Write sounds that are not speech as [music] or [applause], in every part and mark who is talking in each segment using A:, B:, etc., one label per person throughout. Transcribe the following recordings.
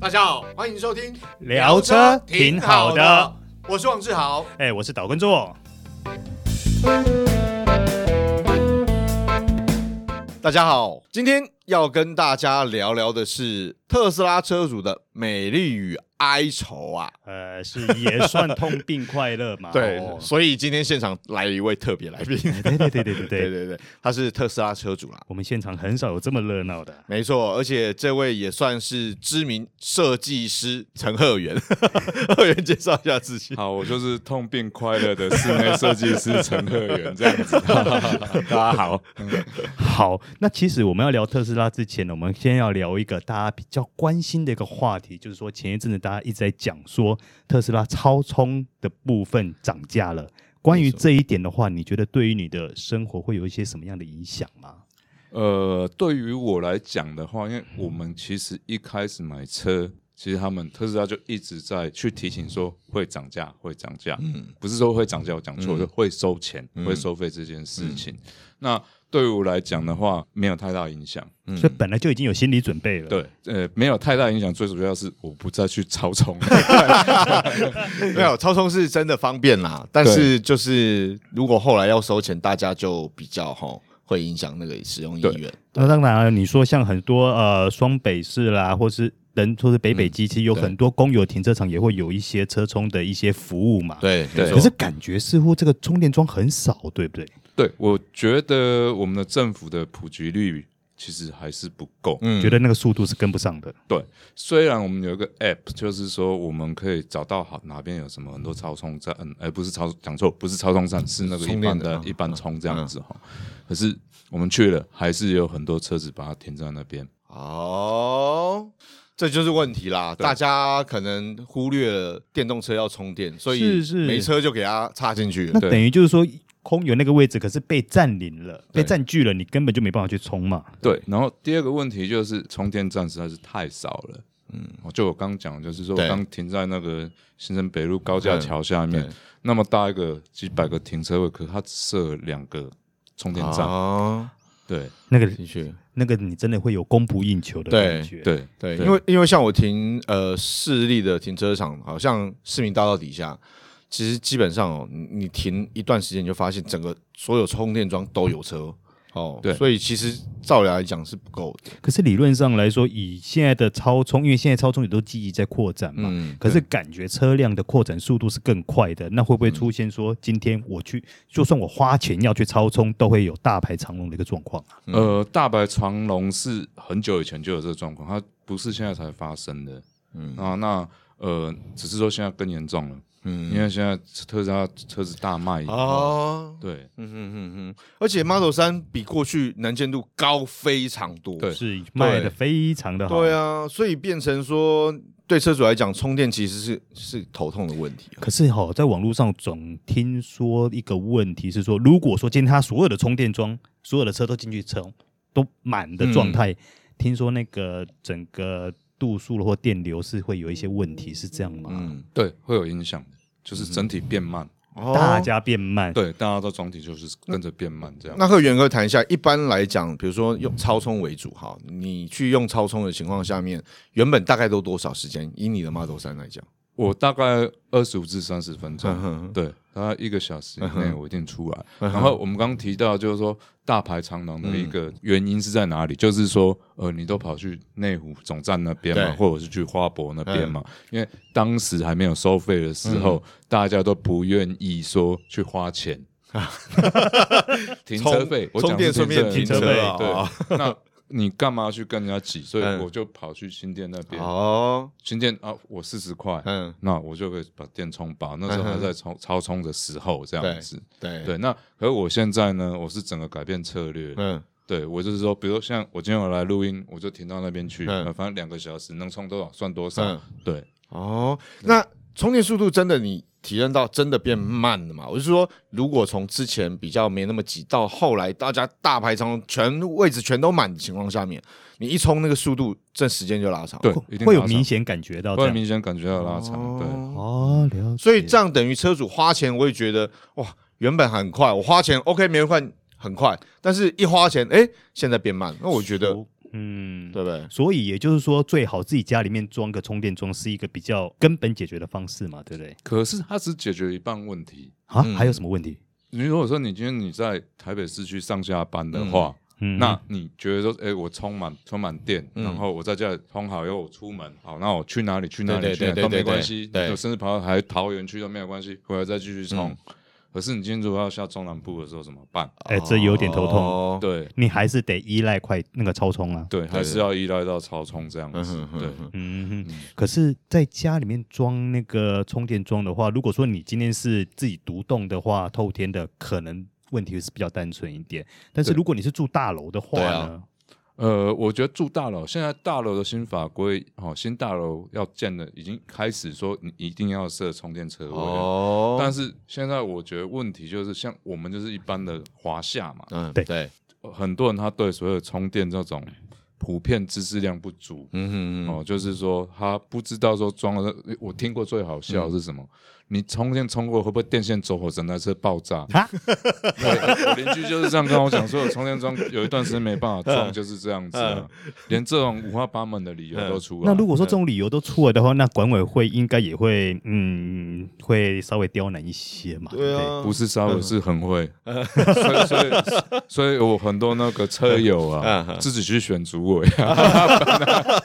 A: 大家好，欢迎收听
B: 聊车挺好的，，
A: 我是王志豪。
B: 哎、我是岛根座。
A: 大家好，今天要跟大家聊聊的是特斯拉车主的美丽与哀愁啊。
B: 呃，是也算痛并快乐嘛？
A: [laughs] 对，
B: 哦哎
A: 所以今天现场来一位特别来 [laughs] 宾，
B: 对对对对对
A: 对
B: 对，
A: 对对，他是特斯拉车主啦。
B: 我们现场很少有这么热闹的。
A: 没错，而且这位也算是知名设计师陈鹤元， [laughs] 鹤元介绍一下自己。
C: 好，我就是痛并快乐的室内设计师陈鹤元这样
A: [laughs]
C: 子。大家好，
B: 好，那其实我们要聊特斯拉之前呢，我们先要聊一个大家比较关心的一个话题，就是说前一阵子大家一直在讲说特斯拉超充的部分涨价了。关于这一点的话，你觉得对于你的生活会有一些什么样的影响吗？
C: 呃，对于我来讲的话，因为我们其实一开始买车，其实他们特斯拉就一直在去提醒说会涨价，会涨价。嗯，不是说会涨价，我讲错了，就会收钱、会收费这件事情。那对于我来讲的话，没有太大影响。
B: 所以本来就已经有心理准备了。
C: 嗯对，呃，没有太大影响。最主要是我不再去超充。
A: 没有超充是真的方便啦，但是就是如果后来要收钱，大家就比较吼会影响那个使用意愿。
B: 那当然啊，你说像很多呃双北市啦，或是人或是北北基其实有
A: 对
B: 很多公有停车场也会有一些车充的一些服务嘛。，
A: 对
C: 对
B: 可是感觉似乎这个充电桩很少，对不对？
C: 对，我觉得我们的政府的普及率其实还是不够。
A: 嗯
B: 觉得那个速度是跟不上的。
C: 对，虽然我们有一个 app，就是说我们可以找到好哪边有什么很多超充站，嗯，哎，不是超讲错，不是超充站，是那个一
A: 充
C: 般
A: 电的
C: 的
A: 嗯
C: 一般充这样子哈。可是我们去了，还是有很多车子把它停在那边。
A: 哦，这就是问题啦。大家可能忽略了电动车要充电，所以
B: 是是
A: 没车就给它插进去
B: 那
A: 了。
C: 对
B: 等于就是说，空有那个位置可是被占领了，
A: 对
B: 被占据了，你根本就没办法去充嘛。
C: 对，然后第二个问题就是充电站实在是太少了。嗯，就我刚讲，就是说
A: 对
C: 我刚停在那个新生北路高架
A: 嗯
C: 桥下面
A: 对，
C: 那么大一个几百个停车位，可它只设两个充电站。
A: 哦，
C: 对
B: 那个
A: 的确，
B: 那个，你真的会有供不应求的
A: 对
B: 感觉。，
C: 对
A: 对，因为因为像我停呃市立的停车场，好像市民大道底下，其实基本上哦，你你停一段时间，你就发现整个所有充电桩都有车哦。
C: 对
A: 所以其实照理来讲是不够的。
B: 可是理论上来说，以现在的超充，因为现在超充也都积极在扩展嘛，
A: 嗯，
B: 可是感觉车辆的扩展速度是更快的，那
A: 嗯
B: 会不会出现说，今天我去，就算我花钱要去超充，都会有大排长龙的一个状况啊？
C: 呃，大白长龙是很久以前就有这个状况，它不是现在才发生的。嗯啊，那呃，只是说现在更严重了。嗯，因为现在特斯拉车子大卖以后，
A: 哦，
C: 对
A: 嗯哼哼哼，而且 Model 三比过去能见度高非常多。
C: 对
B: 是卖的非常的好，
A: 对
B: 啊。
A: 啊，所以变成说，对车主来讲，充电其实是是头痛的问题啊。
B: 可是哈、在网络上总听说一个问题是说，如果说今天他所有的充电桩，所有的车都进去充，都满的
A: 嗯
B: 状态，听说那个整个度数或电流是会有一些问题，是这样吗？
A: 嗯，
C: 对，会有影响的，就是整体变慢。
A: 哦
B: 大家变慢，
C: 对，大家都总体就是跟着变慢这样。
A: 那和元哥谈一下，一般来讲，比如说用超充为主，哈，你去用超充的情况下面，原本大概都多少时间？以你的 Model 三来讲，
C: 我大概二十五至三十分钟，
A: 嗯哼
C: 对，大概一个小
A: 嗯
C: 时以内我一定出来。然后我们刚刚提到，就是说大排长龙的一
A: 嗯
C: 个原因是在哪里？就是说，呃，你都跑去内湖总站那边嘛
A: 对，嗯
C: 或者是去花博那边嘛，因为当时还没有收费的时候，大家都不愿意说去花钱。停车费，
A: 啊
C: 我
A: 充
C: 讲的
A: 充电
C: 是
A: 顺便
C: 停
B: 停车费
A: 哦
C: 对，那你干嘛去跟人家挤？所以
A: 嗯
C: 我就跑去新店那边，
A: 哦，
C: 新店啊，我四十块，
A: 嗯，
C: 那我就可以把电充饱。那时候
B: 嗯
C: 还在超超充的时候这样子。
A: 对
C: 对，，那可是我现在呢，我是整个改变策略。
A: 嗯，
C: 对我就是说，比如说像我今天我来录音，我就停到那边去，
A: 嗯
C: 呃反正两个小时能充多少算多少。
A: 嗯
C: 对，
A: 哦，那充电速度真的你体验到真的变慢了嘛？我是说，如果从之前比较没那么挤，到后来大家大排长龙，全位置全都满的情况下面，你一充那个速度，这时间就拉长。
C: 对
B: 会
C: 一定
B: 会有
C: 拉长
B: 明显感觉到这
C: 会
B: 样。
C: 明显感觉到拉长。对，
B: 哦，了解。
A: 所以这样等于车主花钱，我也觉得哇，原本很快，我花钱 OK 没人快很快，但是一花钱，哎、现在变慢，那我觉得
B: 我嗯，
A: 对不对？
B: 所以也就是说，最好自己家里面装个充电桩是一个比较根本解决的方式嘛，对不对？
C: 可是它只解决一半问题。
B: 啊，
A: 嗯
B: 还有什么问题？
C: 你如果说你今天你在台北市区上下班的话，
B: 嗯，
C: 那你觉得说，哎、我充满充满电，
A: 嗯
C: 然后我在家里充好以后我出门，好，那我去哪里去哪
A: 对对
C: 里去哪里
A: 对
C: 都
A: 对
C: 没
A: 对
C: 关系，
A: 对
C: 就甚至跑到还桃园去都没有关系，回来再继续充。
A: 嗯
C: 可是你今天如果要下中南部的时候怎么办？
B: 哎，这有点头痛。
A: 哦，
C: 对
B: 你还是得依赖快那个超充啊。
C: 对，还是要依赖到超充这样
A: 嗯
C: 子
A: 哼。哼
C: 对，
A: 哼
B: 嗯哼，可是在家里面装那个充电桩的话，如果说你今天是自己独栋的话，透天的可能问题是比较单纯一点。但是
C: 对
B: 如果你是住大楼的话
A: 对
B: 呢
A: 啊，
C: 呃，我觉得住大楼，现在大楼的新法规，哦，新大楼要建的已经开始说你一定要设充电车位了。
A: 哦，
C: 但是现在我觉得问题就是，像我们就是一般的华夏嘛，
A: 嗯，
B: 对
A: 对，
C: 很多人他对所有充电这种普遍知识量不足，
A: 嗯哼哼，
C: 哦，就是说他不知道说装了，诶我听过最好笑的是什么？
B: 嗯
C: 你充电充过会不会电线走火，整台车爆
B: [laughs]
C: 炸？
B: 啊
C: 对我邻居就是这样跟我讲说，我充电桩有一段时间没
B: [laughs]
C: 办法装， [laughs] 就是这样子啊，连这种五花八门的理由都出
B: 嗯
C: 来。
B: 那如果说这种理由都出来的话，那管委会应该也会嗯会稍微刁难一些嘛，对
A: 对
B: 不对？
A: 啊，
C: [laughs] 不是稍微是很会，
B: 嗯
C: [laughs] 所以所以所以我很多那个车友
B: [laughs] 嗯
C: 啊，自己去选主委啊，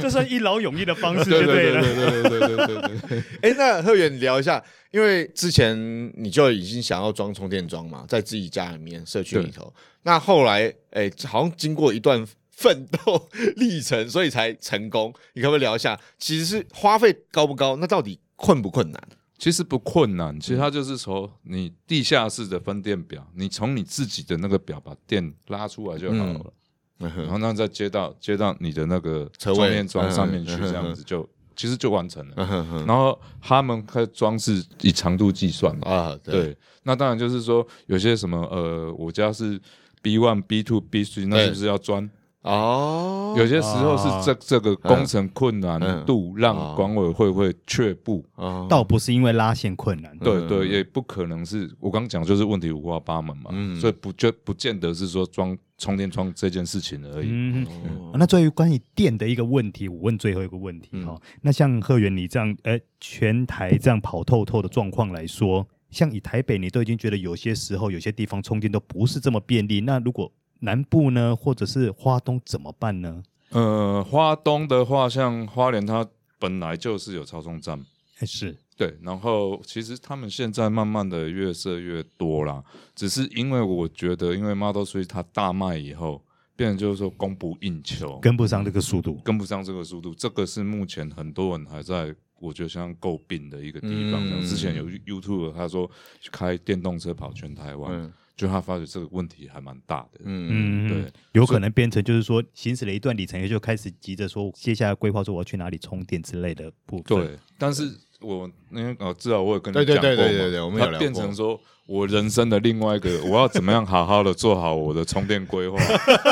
B: 这算一劳永逸的
C: [laughs]
B: 方式，
C: 对
B: 就
C: 对
B: 了。
C: 对对对对对对对，
A: 哎、那贺远聊一下，因为之前你就已经想要装充电桩嘛，在自己家里面社区里头。那后来，哎、好像经过一段奋斗历程，所以才哎成功。你可不可以聊一下，其实是花费高不高？那到底困不困难？
C: 其实不困
A: 嗯
C: 难，其实它就是从你地下室的分电表，你从你自己的那个表把电拉出来就好了，
A: 嗯
C: 然
A: 哼，
C: 后那再接到接到你的那个
A: 车位
C: 充电桩
A: 嗯
C: 上面去，
A: 嗯嗯
C: 这样子就其实就完成了。
A: 嗯哼哼，
C: 然后他们开始装置以长度计算
A: [laughs]
C: 嘛，
A: 啊，对，
C: 对，那当然就是说有些什么呃，我家是 B one、B two、B three，那
A: 对
C: 是不是要钻？
A: 哦，嗯
C: 有些时候
B: 啊
C: 是这这个工程困难度
A: 哦
C: 让管委会会却步。
A: 哦，
B: 倒不是因为拉线困难，
C: 对对，也不可能是我刚讲，就是问题五花八门嘛，所以不就不见得是说装充电桩这件事情而已。
B: 嗯，
C: 哦
B: 那对于关于电的一个问题，我问最后一个问题
C: 嗯
B: 哈、那像贺源你这样，呃，全台这样跑透透的状况来说，像以台北，你都已经觉得有些时候有些地方充电都不是这么便利。那如果南部呢，或者是花东怎么办呢？
C: 呃，花东的话，像花莲，它本来就是有超充站，
B: 哎是，
C: 对，然后其实他们现在慢慢的越设越多啦，只是因为我觉得，因为 Model Three 它大卖以后，变成就是说供不应求，跟
B: 跟不上这个速度。
C: 不上这个速度，这个是目前很多人还在。我觉得相当诟病的一个地方，
A: 嗯
C: 像之前有 YouTube 他说开电动车跑全台湾，
A: 嗯
C: 就他发觉这个问题还蛮大的。
A: 嗯
B: 嗯，
C: 对，
B: 有可能变成就是说，行驶了一段里程，就开始急着说，接下来规划说我要去哪里充电之类的部分。
C: 对，但是我因为呃，至少我有跟你
A: 对对
C: 讲过
A: 对
C: 嘛，
A: 对对对我们有
C: 它
A: 聊
C: 变
A: 过
C: 成说我人生的另外一个，我要怎么样好好的做好我的充电规划，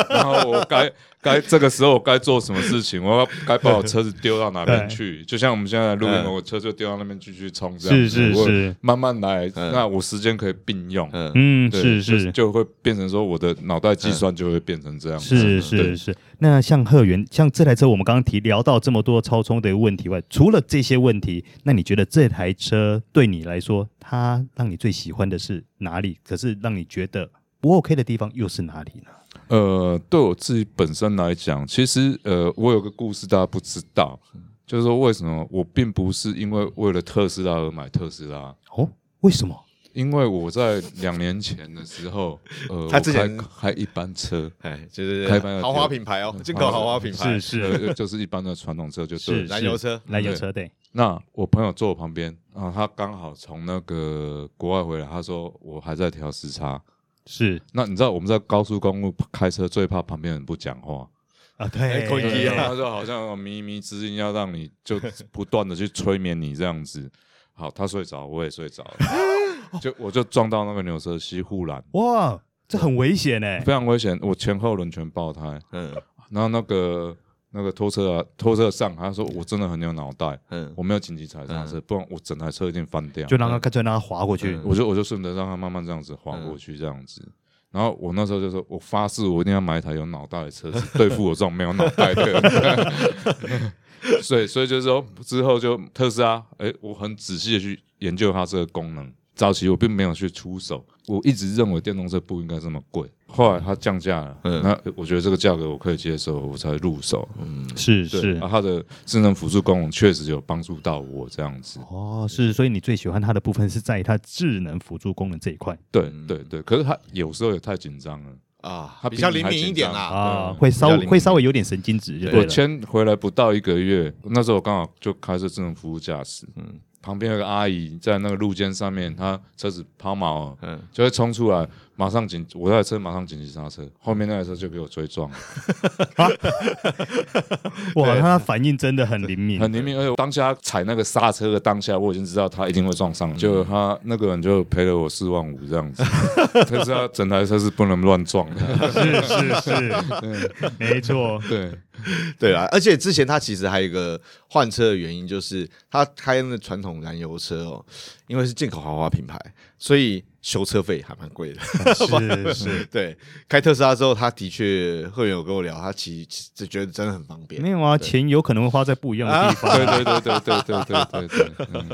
C: 然后我该该这个时候我该做什么事情，我要该把我车子丢到哪边
B: 对
C: 去，就像我们现在录音，
A: 嗯
C: 我车就丢到那边去去充这样
B: 是
C: 子，
B: 是
C: 我
B: 是，
C: 慢慢来，
A: 嗯
C: 那我时间可以并用，
A: 嗯
B: 嗯，
C: 对
B: 是，
C: 就是就会变成说我的脑袋计算就会变成这样子，
B: 是是
C: 对
B: 是，那像贺源，像这台车，我们刚刚提聊到这么多超充的问题外，除了这些问题，那你觉得这台车对你来说，它让你最喜欢的是哪里？可是让你觉得不 OK 的地方又是哪里呢？
C: 呃，对我自己本身来讲，其实呃，我有个故事大家不知道，就是说为什么我并不是因为为了特斯拉而买特斯拉，
B: 哦，为什么？
C: 因为我在两年前的时候，
A: [laughs]
C: 呃，
A: 他之前
C: 我开开一般车，
A: 哎，就是
C: 开班的
A: 豪华品牌哦，进口豪华品牌
B: 是，是
C: 呃，就是一般的传统车就对
B: 是
C: 了
A: 燃油车
B: 燃油车对，
C: 那我朋友坐我旁边，啊，他刚好从那个国外回来，他说我还在调时差。
B: 是
C: 那你知道我们在高速公路开车最怕旁边人不讲话，
B: 啊，
A: 哎可以
B: 对，
A: 一样
C: 然后就好像有靡靡之音，要让你
A: [laughs]
C: 就不断的去催眠你这样子。好，他睡着，我也睡着
A: [laughs]
C: 了，就我就撞到那个牛车西护栏，
B: 哇，这很危险哎，
C: 非常危险，我前后轮全爆胎。
A: 嗯
C: 然后那个那个拖车啊，拖车上他说我真的很有脑袋，
A: 嗯，
C: 我没有紧急踩刹车，不然我整台车一定翻掉
B: 就。让它干脆让它滑过去
A: 嗯
C: 我就我就顺着让他慢慢这样子滑过去，这样子。然后我那时候就说，我发誓我一定要买一台有脑袋的车子，对付我这种没有脑袋的人。 [laughs] 所以，所以就是说，之后就特斯拉，哎，我很仔细的去研究它这个功能。早期我并没有去出手，我一直认为电动车不应该这么贵。后来它降价了，
A: 嗯
C: 那我觉得这个价格我可以接受，我才入手。
A: 嗯
B: 是
C: 对
B: 是
C: 啊，它的智能辅助功能确实有帮助到我这样子。
B: 哦，是，所以你最喜欢它的部分是在于它智能辅助功能这一块
C: 对对对，可是它有时候也太紧张了。
A: 啊，
C: 它
A: 比较
C: 比你
A: 灵
C: 还
A: 敏一
C: 紧
A: 点
C: 张
A: 啦。
B: 啊，
C: 嗯
B: 会稍
A: 比较灵
B: 会
A: 敏
B: 稍微有点神经质就对
C: 我
B: 了。
C: 签回来不到一个月，那时候我刚好就开设智能服务驾驶，嗯，旁边有个阿姨在那个路肩上面，她车子抛锚了，
A: 嗯，
C: 就会冲出来，马上紧，我那台车马上紧急刹车，后面那台车就给我追撞了，
B: 哇，它反应真的很灵敏，[laughs]
C: 很灵敏，而且哎我当下踩那个刹车的当下，我已经知道他一定会撞上，结果他那个人就赔了我四万五这样子，但是他整台车是不能乱撞的，
B: 是
A: [laughs]
B: 是是，
A: 嗯
B: 没错，
C: 对，
A: 对啊啦，而且之前他其实还有一个换车的原因，就是他开那传统燃油车哦，因为是进口豪华品牌，所以修车费还蛮贵的。[laughs]
B: 是是。
A: 对，开特斯拉之后，他的确会员有跟我聊，他其实就觉得真的很方便
B: 没。有啊，钱有可能会花在不一样的
A: [laughs]
B: 地方，
C: 对对对对对对对对对，嗯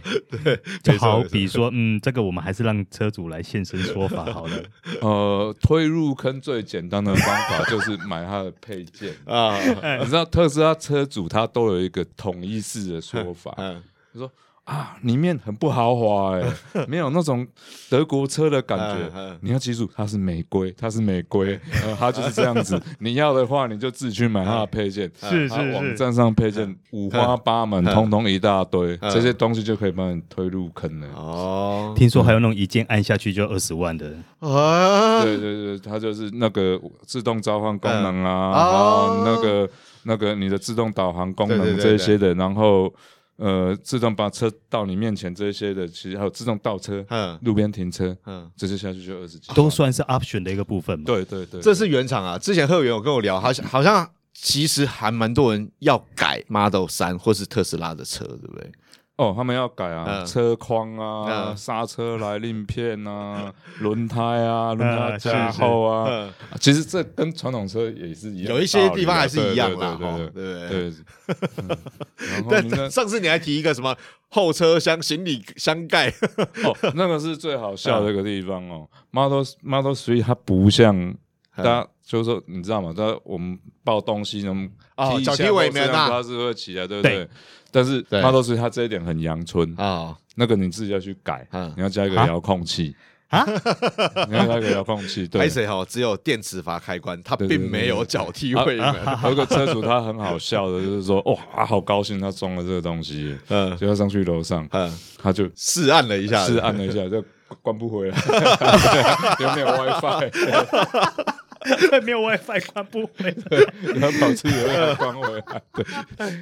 B: 就
A: 没错
B: 好
A: 没错
B: 比说，嗯，这个我们还是让车主来现身说法好
A: [laughs]
B: 了。
C: 呃，推入坑最简单的方法就是买它的配件
B: [laughs]
A: 啊，
B: 哎
C: 你知道特斯拉车主他都有一个统一式的说法，
B: 哎
A: 嗯，
C: 他说啊，里面很不豪华哎、
B: [laughs]
C: 没有那种德国车的感
A: 嗯嗯
B: 哎
C: 觉。你要记住，它是玫瑰，它是玫瑰，呃，它就是这样
B: [laughs]
C: 子。你要的话，你就自己去买它的配件，
B: 是
C: 它
B: 是哎
C: 网
B: 是
C: 站上配件五花八门，通通一大堆，
B: 哎
C: 这些东西就可以帮你推入坑了。
A: 哦，
B: 听说还有那种一键按下去就二十万的，
A: [laughs] 啊，
C: 对对对，它就是那个自动召唤功能啊，
A: 嗯
C: 然后
A: 哦
C: 那个那个你的自动导航功
A: 对
C: 能
A: 对对
C: 这
A: 对
C: 些的，然后呃自动把车到你面前这些的，其实还有自动倒车、
A: 嗯
C: 路边停车，
A: 嗯，
C: 这些下去就二十几万
B: 都算是 option 的一个部分嘛。
C: 对对对，
A: 这是原厂啊。之前会员有跟我聊，好像好像其实还蛮多人要改 Model 三或是特斯拉的车，对不对？
C: 哦，他们要改啊，
A: 嗯
C: 车框啊，
A: 嗯
C: 刹车来令片
A: [laughs]
C: 啊，轮胎啊，轮胎
B: 是
C: 加
B: 是
C: 厚啊，
A: 嗯，
C: 其实这跟传统车也是一样的道理啊，
A: 有一些地方还是一样啦，
C: 对对
A: 哈
C: 对对对
A: 对不对？
C: 对，嗯然
A: 哦
C: 后你那
A: 但上次你还提一个什么后车厢、行李箱盖， [laughs]
C: 哦，那个是最好笑的一个地方哦。Model Model Three 它不像
A: 嗯
C: 大家，就是说你知道吗？大家我们抱东西能
A: 哦
C: 踢一下
A: 脚踢尾
C: 或是
A: 门啊
C: 它是会起来，对不对
B: 对？
C: 但是
A: 对
C: Model Three 它这一点很阳春，
A: 啊 [laughs]
C: 那个你自己要去改
A: 嗯，
C: 你要加一个遥控器
B: 啊，
C: [laughs] 你要加一个遥控器，对
A: 拍。谁哈？只有电磁阀开关，它
C: 对对对
A: 并没有脚踢位门。
C: 有一个车主他很好笑的，就是说，哇、哦他好高兴，他装了这个东西，
A: 嗯
C: 就要上去楼上，
A: 嗯，
C: 他就
A: 试按了一下，
C: 是按了一下，就关不回来，
A: [laughs]
C: 有没有 WiFi？
B: [laughs] 没有 WiFi 关不回来。
C: 他跑去有点关回来，对，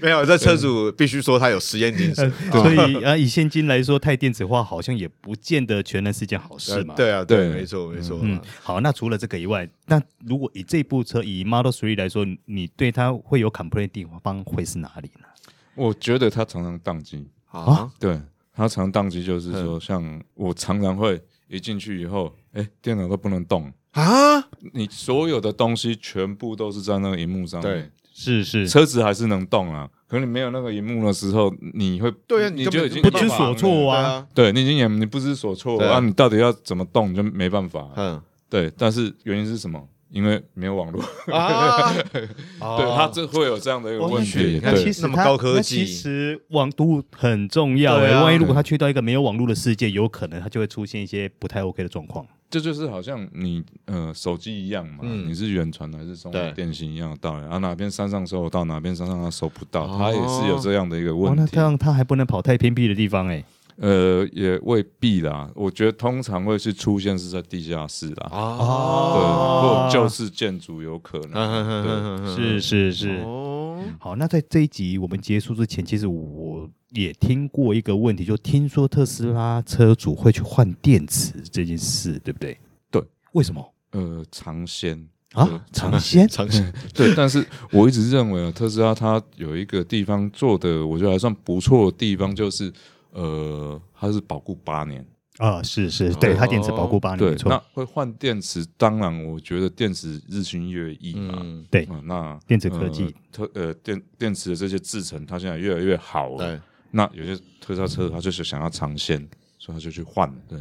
A: 没有。这车主必须说他有实验精神。 [laughs]
B: 所以啊，以现今来说，太电子化好像也不见得全然是件好事嘛。。
A: 对啊，对，
C: 对
A: 没错，没错。
B: 嗯，好，那除了这个以外，那如果以这部车以 Model Three 来说，你你对它会有 complain 的地方会是哪里呢？
C: [laughs] 我觉得他常常宕机，
A: 啊，
C: 对他常宕机就是说，像我常常会一进去以后，哎，电脑都不能动，
A: 啊，
C: 你所有的东西全部都是在那个荧幕上面
A: 对。
B: 是是，
C: 车子还是能动啊，可你没有那个荧幕的时候，你会
A: 对啊你
C: 你
A: 根本
C: 就已经
B: 不
A: 没
B: 知
A: 办法
B: 所措
A: 对
B: 啊。
A: 啊，
C: 对你已经也你不知所措
A: 对
C: 啊，你到底要怎么动你就没办法。
A: 嗯
C: 对，但是原因是什么？因为没有网络，
B: [laughs]
A: 啊，
C: [laughs] 对
A: 对
C: 他这会有这样的一个问
A: 哦
C: 题。
A: 那
C: 对
B: 其实
A: 那么
B: 它
A: 高科
B: 那
A: 技
B: 其实网度很重要、欸。
A: 对啊
B: 万一如果他去到一个没有网络的世界，有可能他就会出现一些不太 OK 的状况。
C: 这就是好像你呃手机一样嘛，
A: 嗯
C: 你是远传还是中
A: 对
C: 文电信一样的道理啊？哪边山上收得到，哪边山上它收不到，
A: 哦
C: 它也是有这样的一个
B: 哇，哦那
C: 问题
B: 这。样他还不能跑太偏僻的地方哎、
C: 呃，也未必啦。我觉得通常会是出现是在地下室啦，对，
A: 啊
B: 哦
C: 或旧式建筑有可
A: 嗯
C: 能。
A: 对
B: 是是是。
A: 哦，
C: 嗯
B: 好，那在这一集我们结束之前，其实我也听过一个问题，就听说特斯拉车主会去换电池这件事，对不对？
C: 对，嗯
B: 为什么
A: 嗯
C: 呃，尝鲜
B: 啊？尝
C: [laughs]
B: 鲜
A: 长线
C: 对，但是我一直认为啊，特斯拉它有一个地方做的，我觉得还算不错的地方，就是呃，它是保固八年。
B: 啊，是是，对它电池保护八年，啊
C: 哦对
B: 没，
C: 那
B: 错，
C: 会换电池，当然我觉得电池日新月异嘛。嗯
A: 嗯，
C: 那
B: 电子科技
C: 呃特呃电电池的这些制成，它现在越来越好了。
A: 对。
C: 那有些特斯拉车，它就是想要尝鲜，所以它就去换了，
B: 啊
C: 对，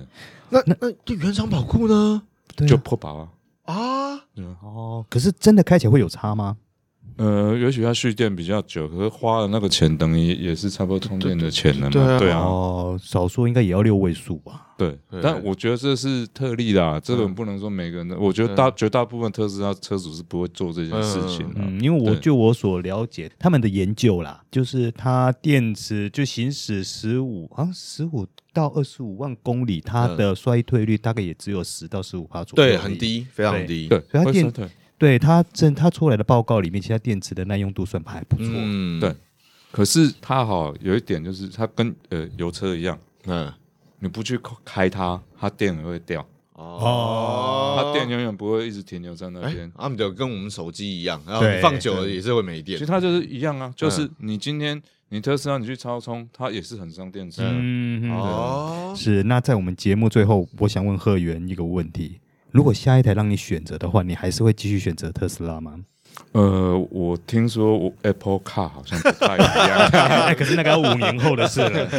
A: 那那这原厂保固呢？
B: 对啊
C: 就破保啊。
A: 啊，
B: 哦，可是真的开起来会有差吗？
C: 呃，也许它蓄电比较久，可是花了那个钱，等于也是差不多充电的钱了嘛。
A: 对对对
C: 对啊，
B: 哦，少说应该也要六位数吧。
C: 对
A: 对。
C: 但我觉得这是特例
B: 嗯
C: 啦，这个不能说每个人都。我觉得大绝大部分特斯拉车主是不会做这件事情的。
B: 嗯，因为我
C: 对
B: 据我所了解，他们的研究啦，就是它电池就行驶十五啊十五到二十五万公里，它的衰退率大概也只有十到十五帕左右，
A: 对，很。低，非常低。
C: 对，
B: 所以它
C: 会
B: 电
C: 衰退
B: 对它正它出来的报告里面，其实它电池的耐用度算还不错。
A: 嗯，
C: 对可是它哈有一点就是，它跟呃油车一样，
A: 嗯，
C: 你不去开它，它电也会掉，
A: 哦哎
C: 它电永远不会一直停留在那边。
A: 他们就跟我们手机一样，然后
B: 对
A: 你放久了也是会没电
C: 其实。它就是一样啊，就是你今天你特斯拉你去超充，它也是很伤电池。
B: 嗯，
A: 哦，
B: 是。那在我们节目最后，我想问贺源一个问题：如果下一台让你选择的话，你还是会继续选择特斯拉吗？
C: 呃，我听说我 Apple Car 好像不
A: [laughs]
C: 太一样，
B: [laughs] 哎，可是那个要五年后的事了，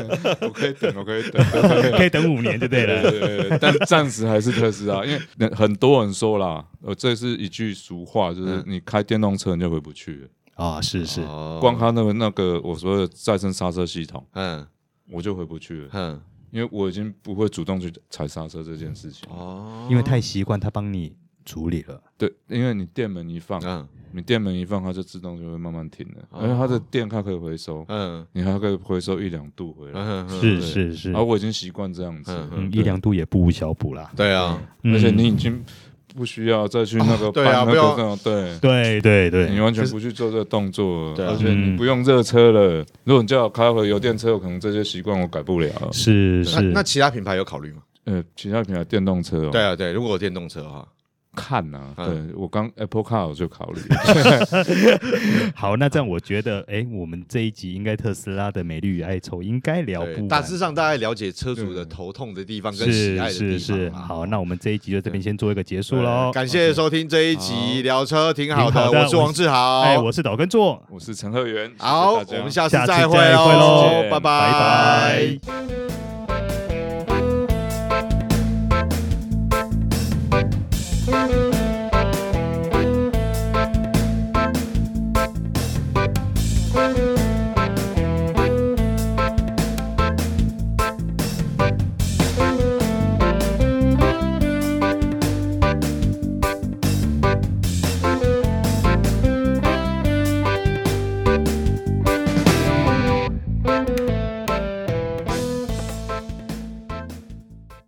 C: 我可以等，我可以等。对
B: [laughs]
C: 对
B: 可以等五年就 [laughs] 对
C: 对。对对但暂时还是特斯拉，因为那很多人说啦，呃，这是一句俗话，就是你开电动车你就回不去了。
B: 啊，是
A: [laughs]
B: 是，
A: 嗯哦
C: 光它那个那个我说的再生刹车系统，
A: 嗯
C: 我就回不去了，
A: 嗯，
C: 因为我已经不会主动去踩刹车这件事情。
A: 哦，
B: 因为太习惯他帮你处理了。
C: 对，因为你电门一放，
A: 嗯
C: 你电门一放，它就自动就会慢慢停了，
A: 哦
C: 而且它的电它可以回收，
A: 嗯
C: 你还可以回收一两度回来。
A: 嗯，嗯
B: 是是是
C: 而，我已经习惯这样子了，
B: 嗯，
C: 对
B: 一两度也不无小补啦。
A: 对啊，
B: 嗯
C: 而且你已经不需要再去那个
A: 哦对啊
C: 搬那
A: 不
C: 个
A: 要
C: 这种对。
B: 对对
C: 你
B: 对，
C: 完全不去做这个动作
A: 对
C: 了，
A: 啊
C: 而且你不用热车了。如果你叫我开回油电车，我可能这些习惯我改不了。
B: 是
A: 那
B: 是
A: 那。其他品牌有考虑吗？
C: 呃，其他品牌电动车哦，
A: 对啊，对，如果有电动车的话，
C: 看呐，
A: 嗯
C: 对我刚 Apple Car 我就考虑，
A: [laughs]
B: 好，那这样我觉得，哎，我们这一集应该特斯拉的美丽与哀愁应该聊
A: 对
B: 不
A: 大
B: 完。
A: 致上大概了解车主的
C: 对
A: 头痛的地方跟喜
B: 是
A: 爱的地
B: 是
A: 方
B: 是，
A: 嘛
B: 好，那我们这一集就这边先做一个结束喽。
A: 感谢收听这一集聊车，挺好
B: 挺
A: 的。
B: 好的
A: 我是王志豪，
B: 哎，我是岛根座，
C: 我是陈鹤元，谢谢
A: 好，
C: 大家
A: 我们下次
B: 下次
A: 再
B: 再
A: 会
B: 会
A: 喽
B: 喽，
A: 拜
C: 拜
B: 拜拜。